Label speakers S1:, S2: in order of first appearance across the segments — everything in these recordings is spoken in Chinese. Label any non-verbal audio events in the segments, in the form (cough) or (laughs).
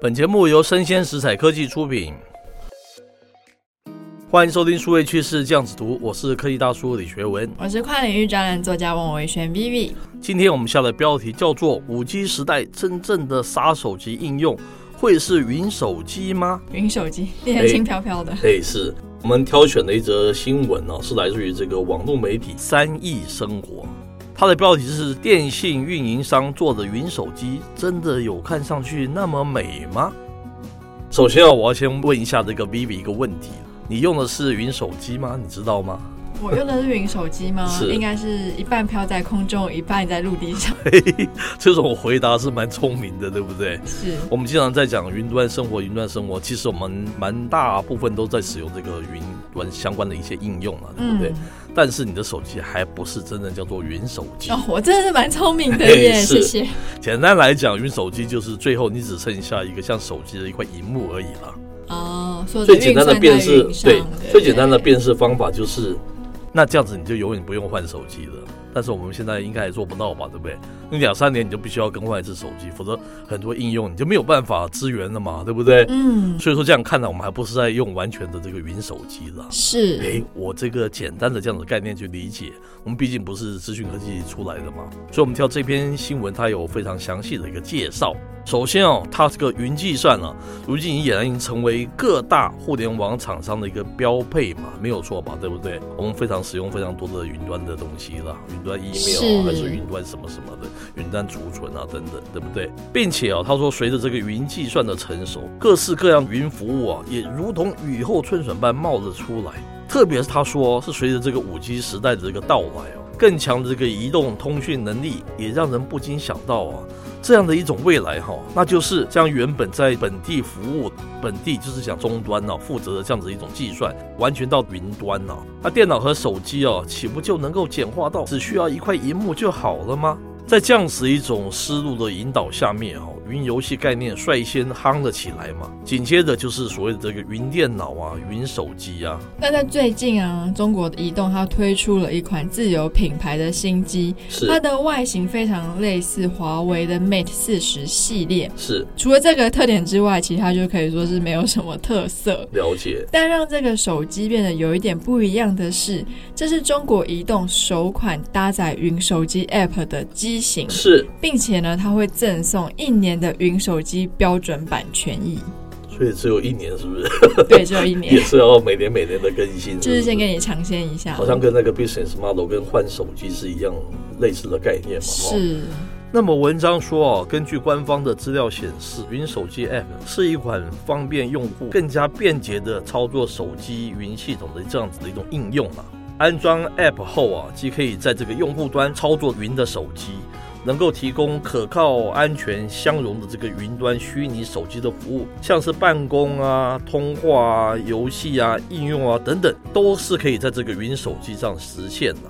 S1: 本节目由生鲜食材科技出品，欢迎收听数位趋势酱子读，我是科技大叔李学文。
S2: 我是跨领域专栏作家王维轩 Vivi。
S1: 今天我们下的标题叫做“五 G 时代真正的杀手级应用会是云手机吗
S2: 云手机，你很轻飘飘的”？
S1: 类似，我们挑选的一则新闻呢、是来自于这个网络媒体三亿生活。它的标题是“电信运营商做的云手机真的有看上去那么美吗？”首先啊，我要先问一下这个 Vivi 一个问题：啊你用的是云手机吗？你知道吗？ (laughs)
S2: 我用的是云手机吗？
S1: 是
S2: 应该是一半飘在空中，一半在陆地上。
S1: 嘿嘿嘿，这种回答是蛮聪明的，对不对？
S2: 是，
S1: 我们经常在讲云端生活，云端生活，其实我们蛮大部分都在使用这个云端相关的一些应用啊，对不对？
S2: 嗯，
S1: 但是你的手机还不是真正叫做云手机。
S2: 哦，我真的是蛮聪明的
S1: 嘿
S2: 耶，
S1: 哎是
S2: 谢谢。
S1: 简单来讲，云手机就是最后你只剩下一个像手机的一块荧幕而已了。
S2: 哦，说
S1: 最简单的辨识，
S2: 对
S1: 对，，最简单的
S2: 对
S1: 辨识方法就是，那这样子你就永远不用换手机了。但是我们现在应该也做不到吧，对不对？你两三年你就必须要更换一次手机，否则很多应用你就没有办法支援了嘛，对不对？
S2: 嗯，
S1: 所以说这样看来，我们还不是在用完全的这个云手机了。
S2: 是，
S1: 诶，我这个简单的这样的概念去理解，我们毕竟不是资讯科技出来的嘛，所以我们挑这篇新闻，它有非常详细的一个介绍。首先哦，它这个云计算啊，如今已俨然已经成为各大互联网厂商的一个标配嘛，没有错吧？对不对？我们非常使用非常多的云端的东西了，云端 email 啊
S2: 是
S1: 还是云端什么什么的，云端储存啊等等，对不对？并且啊，他说随着这个云计算的成熟，各式各样云服务啊，也如同雨后春笋般冒着出来。特别是他说，是随着这个五 G 时代的这个到来哦，更强的这个移动通讯能力，也让人不禁想到啊，这样的一种未来哈、那就是将原本在本地服务、本地就是讲终端呢、负责的这样子一种计算，完全到云端呢、那电脑和手机哦，岂不就能够简化到只需要一块荧幕就好了吗？在这样子一种思路的引导下面哦，云游戏概念率先夯了起来嘛，紧接着就是所谓的这个云电脑啊、云手机啊，
S2: 那在最近啊，中国的移动它推出了一款自有品牌的新机，它
S1: 是
S2: 的外形非常类似华为的 Mate 四十系列。
S1: 是
S2: 除了这个特点之外，其他就可以说是没有什么特色。 (laughs)
S1: 了解，
S2: 但让这个手机变得有一点不一样的是，这是中国移动首款搭载云手机 App 的机型，
S1: 是
S2: 并且呢，它会赠送一年的云手机标准版
S1: (laughs)
S2: 权益，
S1: 所以只有一年，是不是？
S2: 对，只有
S1: (laughs)
S2: 一
S1: 也
S2: 年，
S1: 是要每年每年的更新，
S2: 就是
S1: 不
S2: 先给你尝鲜一下，
S1: 好像跟那个 business model 跟换手机是一样类似的概念嘛。哦
S2: 是
S1: 那么文章说哦，根据官方的资料显示，云手机 App 是一款方便用户更加便捷的操作手机云系统的这样子的一种应用啊。安装 App 后啊，既可以在这个用户端操作云的手机，能够提供可靠、安全、相容的这个云端虚拟手机的服务，像是办公啊、通话啊、游戏啊、应用啊等等，都是可以在这个云手机上实现的、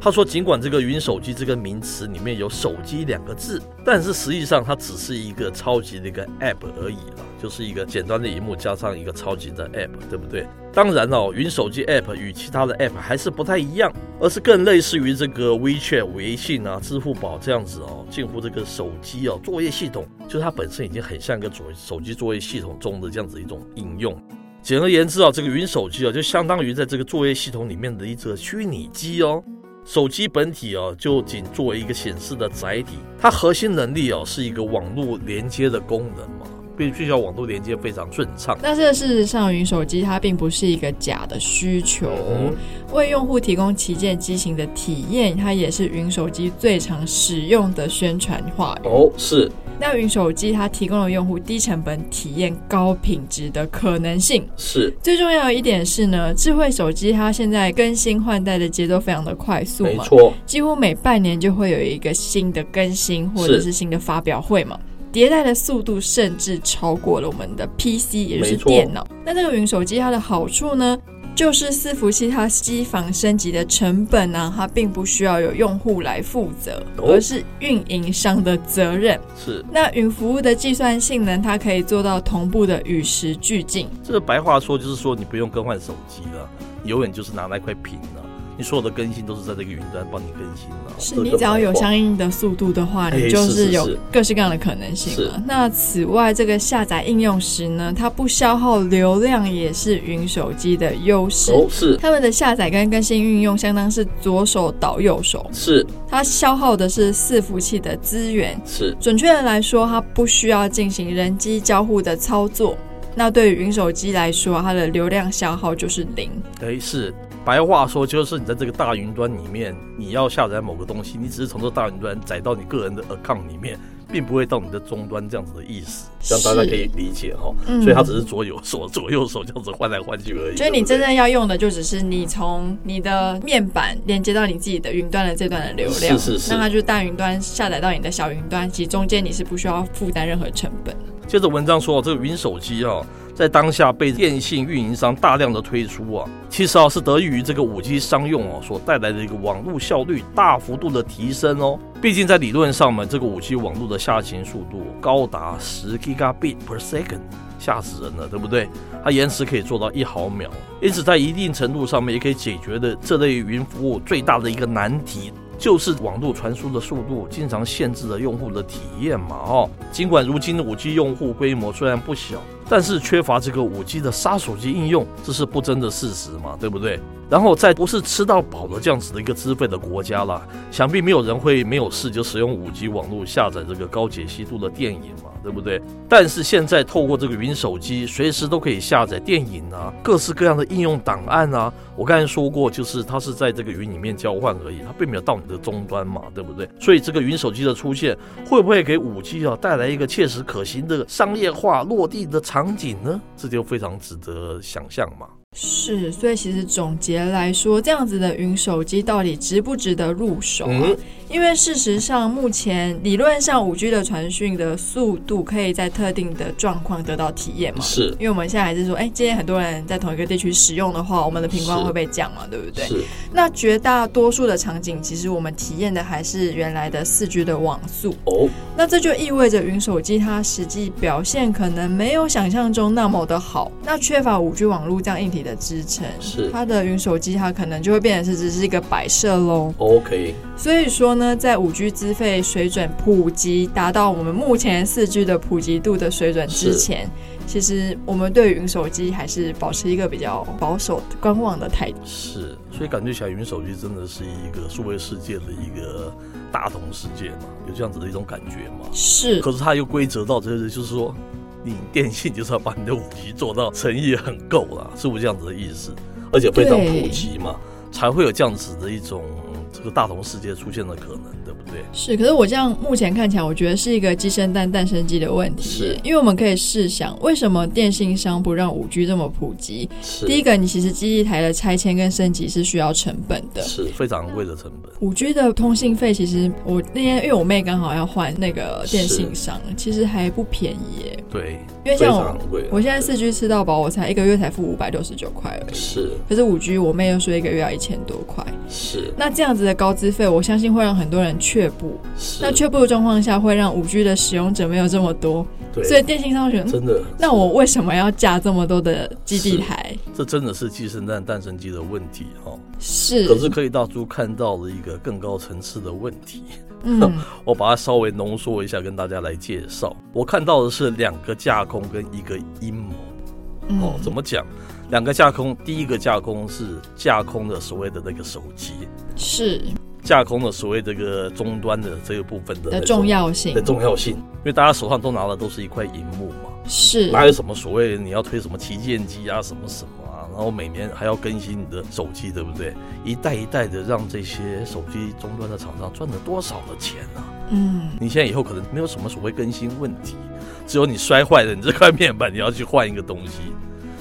S1: 他说，尽管这个“云手机”这个名词里面有“手机”两个字，但是实际上它只是一个超级的一个 App 而已啦，就是一个简单的荧幕加上一个超级的 App，对不对？当然哦，云手机 App 与其他的 App 还是不太一样，而是更类似于这个 WeChat、微信啊、支付宝这样子哦，近乎这个手机哦作业系统，就是它本身已经很像一个手手机作业系统中的这样子一种应用。简而言之啊，这个云手机啊，就相当于在这个作业系统里面的一个虚拟机哦。手机本体哦，就仅作为一个显示的载体，它核心能力哦是一个网络连接的功能嘛，必须要网络连接非常顺畅。
S2: 但是事实上，云手机它并不是一个假的需求，
S3: 哦
S1: 嗯
S2: 为用户提供旗舰机型的体验，它也是云手机最常使用的宣传话语。
S1: 哦，是
S2: 那云手机它提供了用户低成本体验、高品质的可能性。
S1: 是，
S2: 最重要的一点是呢，智慧手机它现在更新换代的节奏非常的快速
S1: 没
S2: 嘛，
S1: 错，
S2: 几乎每半年就会有一个新的更新或者
S1: 是
S2: 是新的发表会嘛。迭代的速度甚至超过了我们的 PC，也就是
S1: 没错
S2: 电脑。那这个云手机它的好处呢，就是伺服器它机房升级的成本呢、它并不需要有用户来负责，
S1: 哦
S2: 而是运营商的责任。
S1: 是。
S2: 那云服务的计算性能，它可以做到同步的与时俱进。
S1: 这个白话说就是说，你不用更换手机了，你永远就是拿那块屏了。你所有的更新都是在这个云端帮你更新的。
S2: 是
S3: 这
S2: 你
S3: 个
S2: 只要有
S3: 没错
S2: 相应的速度的话，
S1: 哎
S2: 你就是
S1: 是
S2: 有
S1: 是
S2: 各式各样的可能性
S1: 是
S2: 了。那此外，这个下载应用时呢，它不消耗流量也是云手机的优势。
S3: 哦，是
S2: 它们的下载跟更新运用相当是左手倒右手，
S3: 是
S2: 它消耗的是伺服器的资源。
S3: 是，
S2: 准确的来说，它不需要进行人机交互的操作。那对于云手机来说，它的流量消耗就是零。
S1: 哎，是白话说，就是你在这个大云端里面，你要下载某个东西，你只是从这大云端载到你个人的 account 里面，并不会到你的终端这样子的意思。
S3: 这样大家
S2: 是
S3: 可以理解哈、
S2: 嗯
S1: 所以它只是左右手左右手这样子换来换去而已。
S2: 所以你
S1: 对
S2: 真
S1: 不对
S2: 正要用的就只是你从你的面板连接到你自己的云端的这段的流量，
S3: 是是是
S2: 那它就是大云端下载到你的小云端，其实中间你是不需要负担任何成本。
S1: 接着文章说，这个云手机啊，在当下被电信运营商大量的推出啊，其实啊是得益于这个五 G 商用哦、所带来的一个网络效率大幅度的提升哦。毕竟在理论上嘛，这个五 G 网络的下行速度高达十 gigabit per second，吓死人了，对不对？它延迟可以做到一毫秒，因此在一定程度上面也可以解决的这类云服务最大的一个难题。就是网络传输的速度经常限制了用户的体验嘛，哦，尽管如今的五 G 用户规模虽然不小，但是缺乏这个五 G 的杀手级应用，这是不争的事实嘛，对不对？然后在不是吃到饱的这样子的一个资费的国家啦，想必没有人会没有事就使用五 G 网络下载这个高解析度的电影嘛，对不对？但是现在透过这个云手机，随时都可以下载电影啊，各式各样的应用档案啊。我刚才说过，就是它是在这个云里面交换而已，它并没有到你的终端嘛，对不对？所以这个云手机的出现，会不会给五 G 啊带来一个切实可行的商业化落地的场景呢？这就非常值得想象嘛。
S2: 是，所以其实总结来说，这样子的云手机到底值不值得入手、啊？
S3: 嗯，
S2: 因为事实上，目前理论上五 G 的传讯的速度可以在特定的状况得到体验嘛。
S3: 是
S2: 因为我们现在还是说，哎、今天很多人在同一个地区使用的话，我们的频宽
S3: 是
S2: 会被降嘛，对不对？
S3: 是
S2: 那绝大多数的场景，其实我们体验的还是原来的四 G 的网速。
S3: 哦，
S2: 那这就意味着云手机它实际表现可能没有想象中那么的好。那缺乏五 G 网络这样硬体的支撑，
S3: 是
S2: 它的云手机它可能就会变成是只是一个摆设喽。
S1: 哦
S3: OK，
S2: 所以说呢，在五 G 资费水准普及达到我们目前四 G 的普及度的水准之前，其实我们对云手机还是保持一个比较保守观望的态度。
S1: 是，所以感觉起来云手机真的是一个数位世界的一个大同世界嘛，有这样子的一种感觉嘛。
S2: 是
S1: 可是它又规则到这个，就是说，你电信就是要把你的五 G 做到诚意很够啦， (laughs) 是不是这样子的意思？
S3: 而且非常
S2: 对
S3: 普及嘛，
S1: 才会有这样子的一种这个大同世界出现的可能，对不对？
S2: 是，可是我这样目前看起来，我觉得是一个鸡生蛋，蛋生鸡的问题。
S3: 是
S2: 因为我们可以试想，为什么电信商不让五 G 这么普及？
S3: 是
S2: 第一个，你其实基地台的拆迁跟升级是需要成本的。
S3: 是
S1: 非常昂贵的成本。
S2: 五 G 的通信费，其实我那天因为我妹刚好要换那个电信商，其实还不便宜耶。
S1: 对，
S2: 因为
S3: 非
S2: 像
S3: 常
S2: 我，
S3: 昂贵，
S2: 我现在四 G 吃到饱，我才一个月才付五百六十九块而已。
S3: 是
S2: 可是五 G，我妹又说一个月要一千多块，
S3: 是
S2: 那这样子的高资费，我相信会让很多人却步。
S3: 是，
S2: 那却步的状况下，会让五 G 的使用者没有这么多，
S3: 对，
S2: 所以电信商选，嗯
S3: 真的，
S2: 那我为什么要架这么多的基地台？
S1: 这真的是鸡生蛋，蛋生鸡的问题哦。
S2: 是，
S1: 可是可以大叔看到了一个更高层次的问题， (laughs)
S2: 嗯，
S1: 我把它稍微浓缩一下，跟大家来介绍。我看到的是两个架空跟一个阴谋
S2: 嗯
S1: 哦。怎么讲？两个架空，第一个架空是架空的所谓的那个手机，
S2: 是
S1: 架空的所谓这个终端的这个部分的那
S2: 的
S1: 种
S2: 重，要性
S3: 的重要性
S1: 因为大家手上都拿的都是一块荧幕嘛。
S2: 是
S1: 哪有什么所谓你要推什么旗舰机啊，什么什么啊，然后每年还要更新你的手机，对不对？一代一代的让这些手机终端的厂商赚了多少的钱啊？
S2: 嗯。
S1: 你现在以后可能没有什么所谓更新问题，只有你摔坏了你这块面板，你要去换一个东西，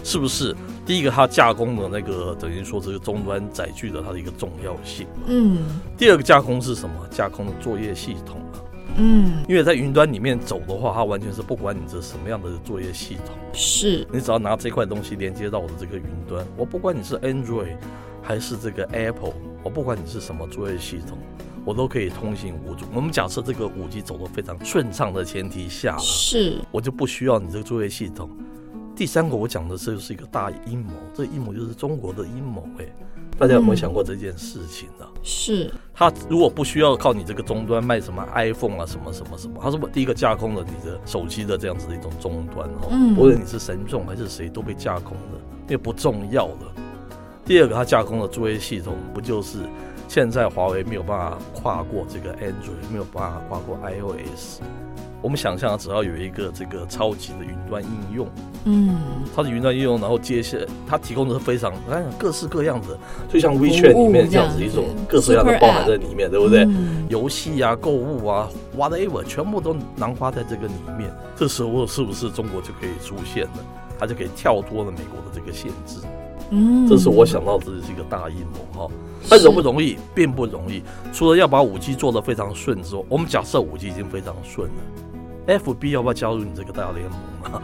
S1: 是不是？第一个，它架空的那个等于说这个终端载具的它的一个重要性；
S2: 嗯
S1: 第二个架空是什么？架空的作业系统啊，
S2: 嗯，
S1: 因为在云端里面走的话，它完全是不管你这什么样的作业系统。
S2: 是
S1: 你只要拿这块东西连接到我的这个云端，我不管你是 Android 还是这个 Apple，我不管你是什么作业系统，我都可以通行无阻。我们假设这个五 G 走得非常顺畅的前提下，
S2: 是
S1: 我就不需要你这个作业系统。第三个，我讲的这就是一个大阴谋，这阴谋就是中国的阴谋、哎，大家有没有想过这件事情呢、
S2: 是
S1: 它如果不需要靠你这个终端卖什么 iPhone 啊，什么什么什么，它是不第一个架空了你的手机的这样子的一种终端哦，
S2: 嗯
S1: 无论你是神众还是谁都被架空了，因为不重要了。第二个，它架空了作业系统，不就是现在华为没有办法跨过这个 Android，没有办法跨过 iOS。我们想象，只要有一个这个超级的云端应用，
S2: 嗯，
S1: 它的云端应用，然后接下它提供的是非常哎各式各样的，就像
S2: 务
S1: WeChat 里面这样
S2: 这样
S1: 子
S2: 子
S1: 一种各式各样的
S2: Super
S1: 包含
S2: App
S1: 在里面，对不对？
S2: 嗯
S1: 游戏啊、购物啊、whatever，全部都囊括在这个里面。这时候是不是中国就可以出现了？它就可以跳脱了美国的这个限制。
S2: 嗯，
S1: 这是我想到的是一个大阴谋哈。它容不容易，并不容易。除了要把五 G 做得非常顺之后，我们假设五 G 已经非常顺了，FB 要不要加入你这个大联盟啊？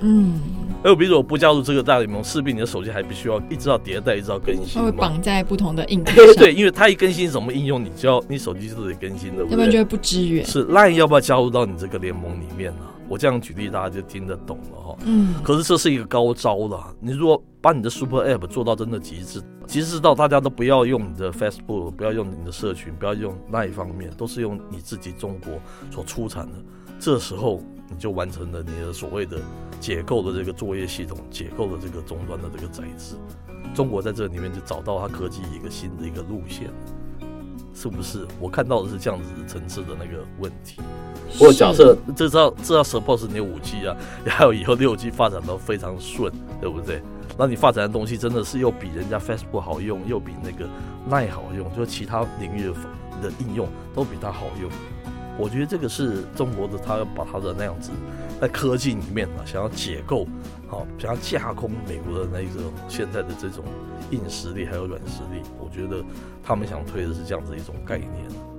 S2: 嗯，
S1: 而哎比如果不加入这个大联盟，势必你的手机还必须要一直要迭代，一直要更新
S2: 它会
S1: (laughs) 嘛。
S2: 绑在不同的硬
S1: (laughs)
S2: 件
S1: 对
S2: 上，
S1: 对，因为它一更新什么应用，你就要你手机就得更新，对
S2: 要
S1: 不
S2: 不然就
S1: 对？
S2: 会不支援。
S1: 是 Line 要不要加入到你这个联盟里面呢、我这样举例，大家就听得懂了哈。
S2: 嗯，
S1: 可是这是一个高招了，你如果把你的 Super App 做到真的极致，极致到大家都不要用你的 Facebook，不要用你的社群，不要用那一方面，都是用你自己中国所出产的，这时候你就完成了你的所谓的解构的这个作业系统，解构的这个终端的这个载质。中国在这里面就找到它科技一个新的一个路线，是不是？我看到的是这样子层次的那个问题。我假设这知道这要 suppose 你有五 G 啊， (laughs) 还有以后六 G 发展到非常顺，对不对？那你发展的东西真的是又比人家 Facebook 好用，又比那个 Line 好用，就是其他领域的的应用都比它好用。我觉得这个是中国的，它要把它的那样子在科技里面呢、想要解构，好、想要架空美国的那一种现在的这种硬实力还有软实力，我觉得他们想推的是这样子一种概念。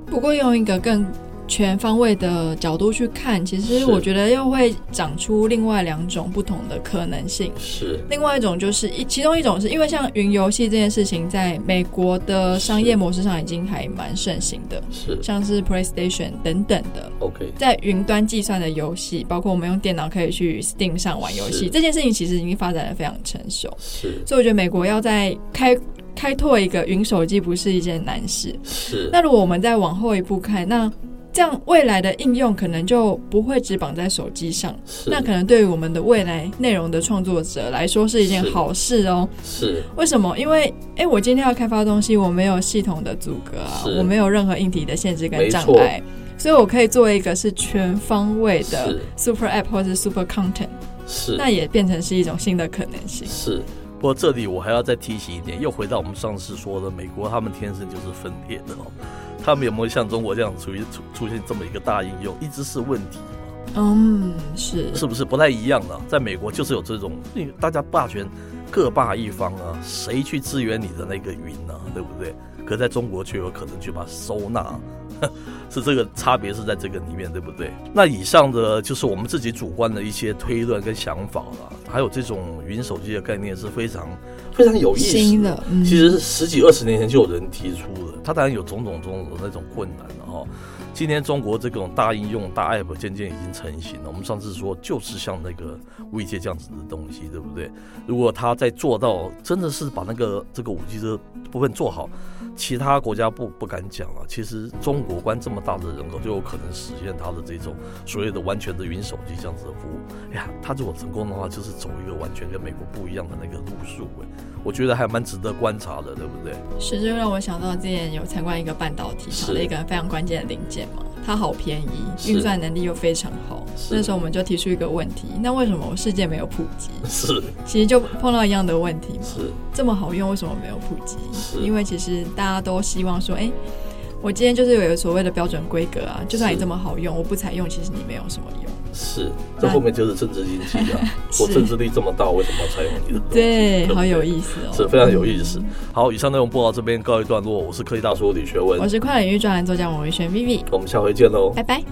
S2: 不过用一个更全方位的角度去看，其实
S1: 是
S2: 我觉得又会长出另外两种不同的可能性。
S1: 是
S2: 另外一种就是一，其中一种是因为像云游戏这件事情，在美国的商业模式上已经还蛮盛行的，
S1: 是
S2: 像是 PlayStation 等等的，
S1: ，OK，
S2: 在云端计算的游戏，包括我们用电脑可以去 Steam 上玩游戏，
S1: 是
S2: 这件事情其实已经发展的非常成熟。
S1: 是
S2: 所以我觉得美国要在开开拓一个云手机不是一件难事。
S1: 是
S2: 那如果我们再往后一步看，那这样未来的应用可能就不会只绑在手机上，
S1: 是
S2: 那可能对于我们的未来内容的创作者来说是一件
S1: 是
S2: 好事哦。
S1: 是
S2: 为什么？因为诶，我今天要开发东西，我没有系统的阻隔啊
S1: 是，
S2: 我没有任何硬体的限制跟
S1: 没
S2: 障
S1: 错
S2: 碍，所以我可以做一个是全方位的
S1: 是
S2: super app 或是 super content，
S1: 是
S2: 那也变成是一种新的可能性。
S1: 是。不过这里我还要再提醒一点，又回到我们上次说的，美国他们天生就是分裂的哦。他们有没有像中国这样出出出现这么一个大应用，一直是问题哦嘛？
S2: 嗯，是
S1: 是不是不太一样了、在美国就是有这种，因为大家霸权各霸一方啊，谁去支援你的那个云呢、对不对？可在中国却有可能去把它收纳， (laughs) 是这个差别是在这个里面，对不对？那以上的就是我们自己主观的一些推论跟想法了，还有这种云手机的概念是非常非常有意思
S2: 新的，嗯，
S1: 其实是十几二十年前就有人提出了，它当然有种种种种的那种困难了哈、今天中国这种大应用、大 app 渐渐已经成型了。我们上次说，就是像那个微界这样子的东西，对不对？如果他在做到，真的是把那个这个五 G 这部分做好，其他国家不不敢讲啊。其实中国关这么大的人口，就有可能实现它的这种所谓的完全的云手机这样子的服务。哎呀，他如果成功的话，就是走一个完全跟美国不一样的那个路数、哎，我觉得还蛮值得观察的，对不对？
S2: 是就让我想到之前有参观一个半导体
S1: 是
S2: 厂的一个非常关键的零件嘛，它好便宜，
S1: 是
S2: 运算能力又非常好。
S1: 是
S2: 那时候我们就提出一个问题：那为什么世界没有普及？
S1: (laughs) 是
S2: 其实就碰到一样的问题嘛，
S1: 是
S2: 这么好用为什么没有普及？
S1: 是
S2: 因为其实大家都希望说，哎、我今天就是有一个所谓的标准规格啊，就算你
S1: 是
S2: 这么好用，我不采用，其实你没有什么用。
S1: 是，这后面就是政治经济 (laughs) 啊。我政治力这么大，为什么要采用你的东西？
S2: 对，
S1: 不
S2: 好有意思哦。
S1: 是非常有意思。好，以上内容播到这边告一段落，我是科技大叔李学文
S2: 我，是跨领域专栏作家王维轩 Vivi，
S1: 我们下回见喽，
S2: 拜拜。